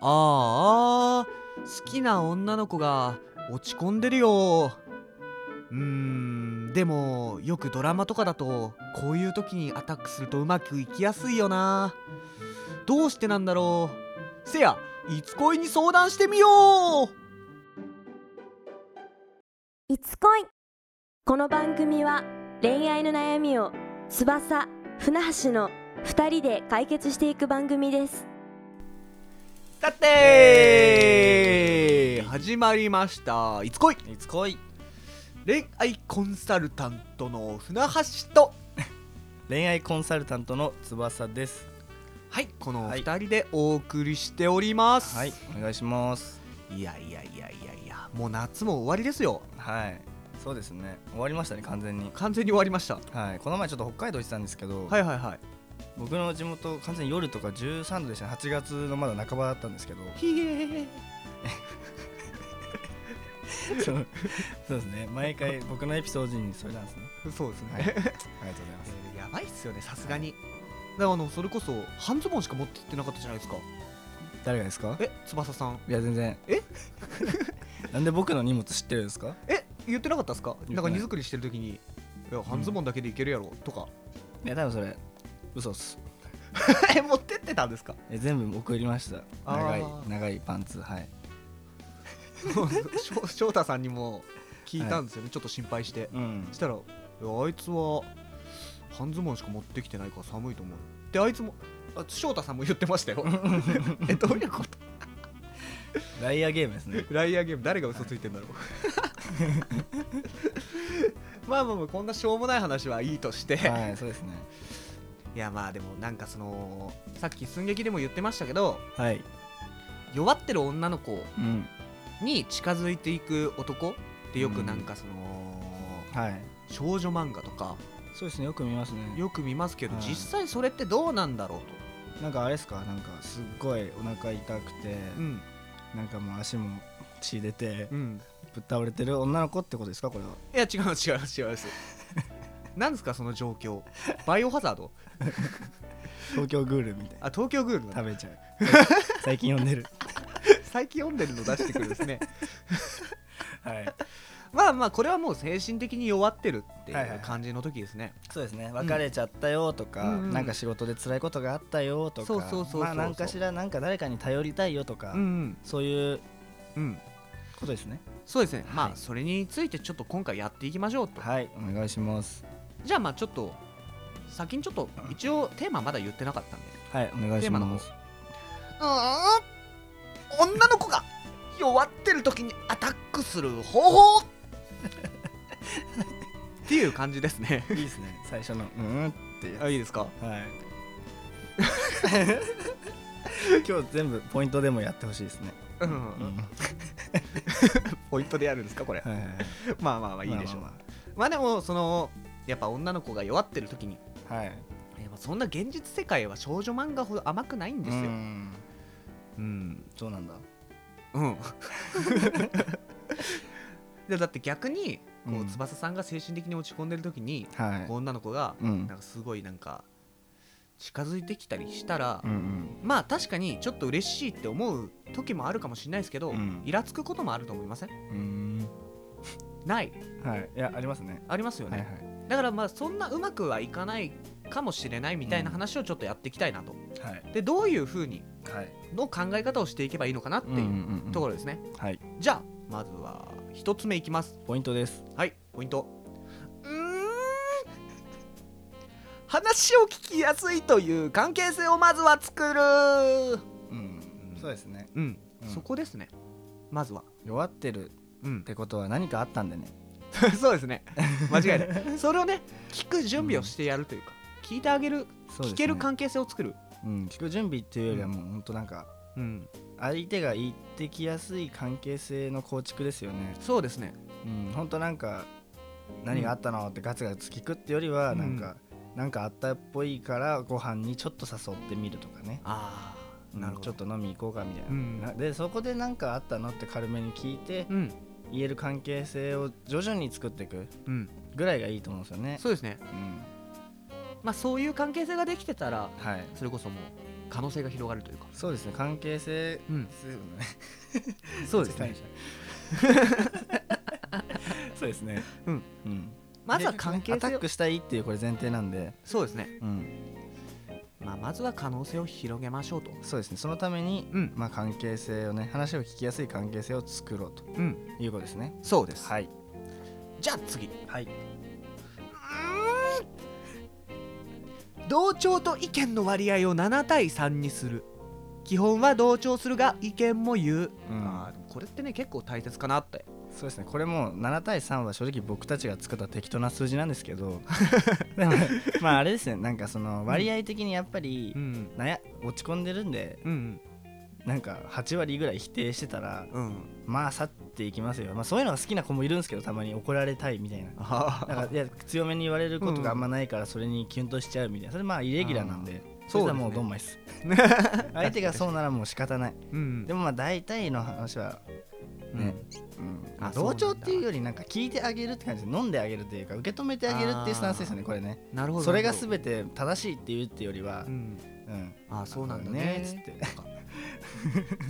あー好きな女の子が落ち込んでるようーんでもよくドラマとかだとこういう時にアタックするとうまくいきやすいよなどうしてなんだろうせやいつ恋に相談してみよういつ恋この番組は恋愛の悩みを翼船橋の2人で解決していく番組ですだって始まりましたいつ恋いつ恋恋愛コンサルタントの船橋と恋愛コンサルタントの翼ですはいこのはい2人でお送りしております、はいお願いしますいやいやいやいやいやもう夏も終わりですよはいそうですね終わりましたね完全に完全に終わりましたはいこの前ちょっと北海道行ってたんですけど、はいはいはい僕の地元完全に夜とか13度でしたね8月のまだ半ばだったん ですけどひえそうそうですね毎回僕のエピソードにそれなんですねそうですね、はいありがとうございますえー やばいっすよねさすがに、だからあのそれこそ半ズボンしか持ってってなかったじゃないですか誰がですかえ翼さんいや全然え なんで僕の荷物知ってるんですかえ言ってなかったですかてないなんか荷造りしてる時に「いや半ズボンだけでいけるやろ」とか、いや多分それ嘘っす え持ってってたんですかえ全部僕売りましたあ長いー長いパンツはいしょ 翔太さんにも聞いたんですよね、ちょっと心配してうんしたらいやあいつは半ズボンしか持ってきてないから寒いと思うであいつもあ翔太さんも言ってました よえどういうことライアーゲームですね。ライアーゲーム誰が嘘ついてんだろう まあまあまあこんなしょうもない話はいいとして、い、はい、そうですね。やまあでもなんかそのさっき寸劇でも言ってましたけどはい。弱ってる女の子うん。に近づいていく男ってよくなんかその、はい。少女漫画とかそうですね。よく見ますね。よく見ますけど、はい実際それってどうなんだろうなんかあれですか。なんかすっごいお腹痛くて、とうんなんかもう足も血出てうんぶっ倒れてる女の子ってことですか。これは。いや違う違う違う ですなんですかその状況バイオハザード東京グールみたいな。あ東京グールなの食 べちゃう。最近読んでる。最近読んでるの出してくるんですねはい。まあまあこれはもう精神的に弱ってるっていはいはうい感じの時ですね、そうですね。別れちゃったよとか、うんうんなんか仕事で辛いことがあったよとか、そうそうそうそうまあなんかしらなんか誰かに頼りたいよとか、うんそういううんうんことですね。そうですね、まはあいそれについてちょっと今回やっていきましょうと、はい。お願いします。じゃあまあちょっと先にちょっと一応テーマまだ言ってなかったんではい。お願いテしーマのま方す。うーん女の子が弱ってる時にアタックする方 法っていう感じですねいいですね。最初のうーんってやつあいいですかはい。 今日全部ポイントでもやってほしいですね。うん、ポイントでやるんですかこれはいはいまあまあまあいいでしょう、まあまでもそのやっぱ女の子が弱ってる時にあまあはい。やっぱそんな現実世界は少女漫画ほど甘くないんですようんうんそうなんだ。うん でだって逆にこううん翼さんが精神的に落ち込んでる時に、はい。女の子がうんなんかすごいなんか近づいてきたりしたら、うんまあ確かにちょっと嬉しいって思う時もあるかもしれないですけど、うんイラつくこともあると思いませんうん。ないうん。はい。いやありますね。ありますよはね、いはだからまあそんなうまくはいかないかもしれないみたいな話をちょっとやっていきたいなと、いはいでどういうふうにはい。の考え方をしていけばいいのかなっていううところ。ろですね、はい。じゃあまずは1つ目いきますポイントです。はいポイントうーん話を聞きやすいという関係性をまずは作るうん。そうですね。うん、うんそこですねまずは弱ってるう っんてことは何かあったんでね。そうですね間違い ないそれをね聞く準備をしてやるというか、聞いてあげるそうですね聞ける関係性を作るうん。聞く準備っていうよりはもう本当なんかうん相手が言ってきやすい関係性の構築ですよね。そうですねうん、ほんとなんか何があったのってガツガツ聞くってよりはうんなんか、なんかあったっぽいからご飯にちょっと誘ってみるとかねああなるほちょどっと飲み行こうかみたいな、うんなでそこで何かあったのって軽めに聞いてうん言える関係性を徐々に作っていくうんぐらいがいいと思うんですよねそうですねうんまあそういう関係性ができてたらはいそれこそもう可能性が広がるというかそうですね関係性うんすよねそうですね そうですねうん、うん、まずは関係アタ性ッをクしたいっていうこれ前提なんで、そうですね、うん、まあ、まずは可能性を広げましょうとそうですねそのために、うんまあ、関係性をね話を聞きやすい関係性を作ろうとうんいうことですねそうです、はいじゃあ次はい同調と意見の割合を7対3にする基本は同調するが意見も言う、うんあーでもこれってね結構大切かなってそうですねこれもう7対3は正直僕たちが作った適当な数字なんです けどでもまああれですねなんかその割合的にやっぱり、んなや落ち込んでるんでうんなんか8割ぐらい否定してたらうんうんまあ去っていきますよ、まあ、そういうのが好きな子もいるんですけどたまに怒られたいみたいなあなんかいや強めに言われることがあんまないからそれにキュンとしちゃうみたいなそれまあイレギュラーなんでそれはもうドンマイっす 相手がそうならもう仕方ない うんでもまあ大体の話はね、うんまあ同調っていうよりなんか聞いてあげるって感じで飲んであげるというか受け止めてあげるっていうスタンスですよねこれねなるほどそれがすべ全て正しいっていうっていうよりはう、んうんあーそうなんだなねるほどねっつってとか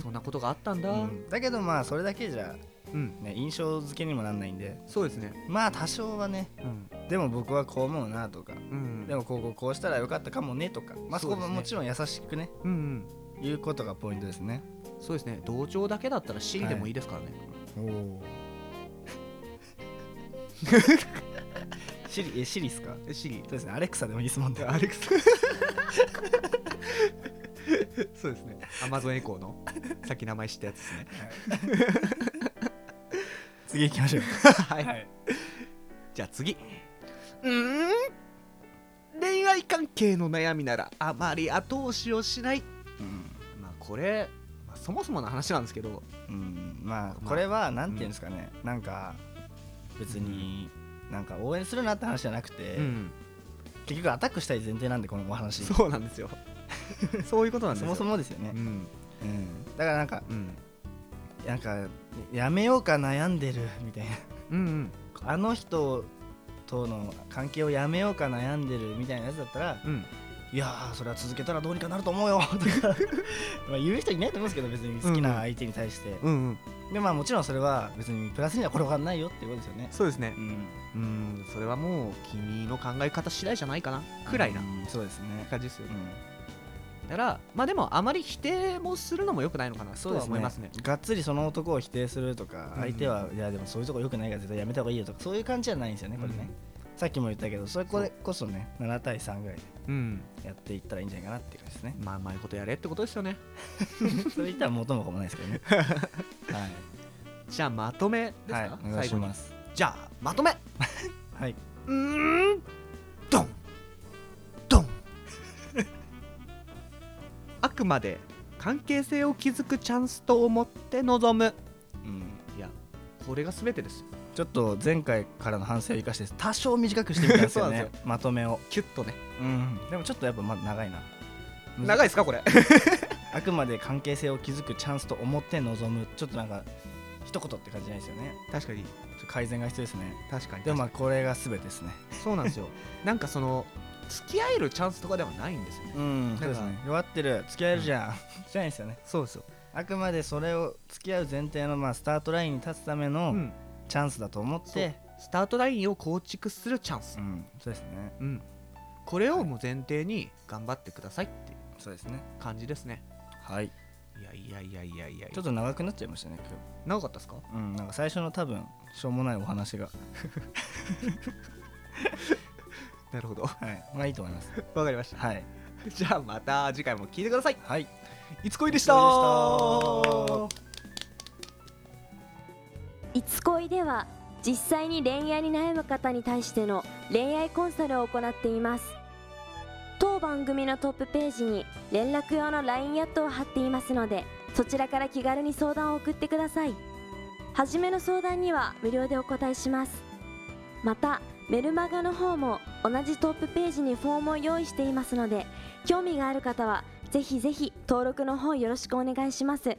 そんなことがあったんだううん、んだけどまあそれだけじゃ、ね、印象付けにもなんないんでそうですねまあ多少はねうんでも僕はこう思うなとかうんでもこうこうこうしたらよかったかもねとか、まあ、そこそうでもすねもちろん優しくねうんうん言うことがポイントですねそうですね同調だけだったらシリでもいいですからね、おおシリえシリっすかえシリそうですねアレクサでもいいですもんね アレクサそうですねアマゾンエコーのさっき名前知ったやつ ですね次行きましょうはいいじゃあ次うーん恋愛関係の悩みならあまり後押しをしないうんまあこれ、まあそもそもの話なんですけどうんまあこれはなんていうんですかね、なんか別になんか応援するなって話じゃなくて、うん結局アタックしたい前提なんでこのお話そうなんですよ そういうことなんですそよもそもですようね、んうん、だからなんかうんなんかやめようか悩んでるみたいなうんうんあの人との関係をやめようか悩んでるみたいなやつだったら、うんいやーそれは続けたらどうにかなると思うよとか まあ言う人いないと思うんですけど別に好きな相手に対して、うんうんでまあもちろんそれは別にプラスには転がんないよっていうことですよねそうですねうんうんそれはもう君の考え方次第じゃないかなくらいなうんそうですね感じですようねんだからまあでもあまり否定もするのも良くないのかなとは思いますねがっつりその男を否定するとかうん相手は、いやでもそういうとこ良くないから絶対やめた方がいいよとかそういう感じじゃないんですよねこれね、さっきも言ったけどそれこれこそね7対3ぐらいうんでやっていったらいいんじゃないかなっていう感じですね まあうまいことやれってことですよねそれ言ったら元も子もないです けどね。はい。じゃあまとめですか、はい、お願いします。最後にじゃあまとめはい。うーんドンド ンあくまで関係性を築くチャンスと思って臨むうん。いやこれが全てですよちょっと前回からの反省を生かして多少短くしてみたんです よそうなんねでまとめをキュッとねうんでもちょっとやっぱまだ長いな長いです かこれあくまで関係性を築くチャンスと思って臨むちょっとなんか一言って感じじゃないですよね確かにちょっと改善が必要ですね確かにでもまあこれが全てですねそうなんですよなんかその付き合えるチャンスとかではないんですよねうんそうですね弱ってる付き合えるじゃん、じゃないですよねそうですよ、あくまでそれを付き合う前提のまあスタートラインに立つためうのん、チャンスだと思っそうて、スタートラインを構築するチャンスう、んそうですねうん、これをもう前提に頑張ってくださいっていうそうですね感じですねはいいやいやいやいやいやちょっと長くなっちゃいましたね今長かったですか日うんなんか最初の多分しょうもないお話がなるほどはいまあいいと思います わかりましはいた じゃあまた次回も聞いてくださいはいいつこいでしたいつこいでしたいつ恋では実際に恋愛に悩む方に対しての恋愛コンサルを行っています当番組のトップページに連絡用の LINE アットを貼っていますのでそちらから気軽に相談を送ってください初めの相談には無料でお答えしますまたメルマガの方も同じトップページにフォームを用意していますので興味がある方はぜひぜひ登録の方よろしくお願いします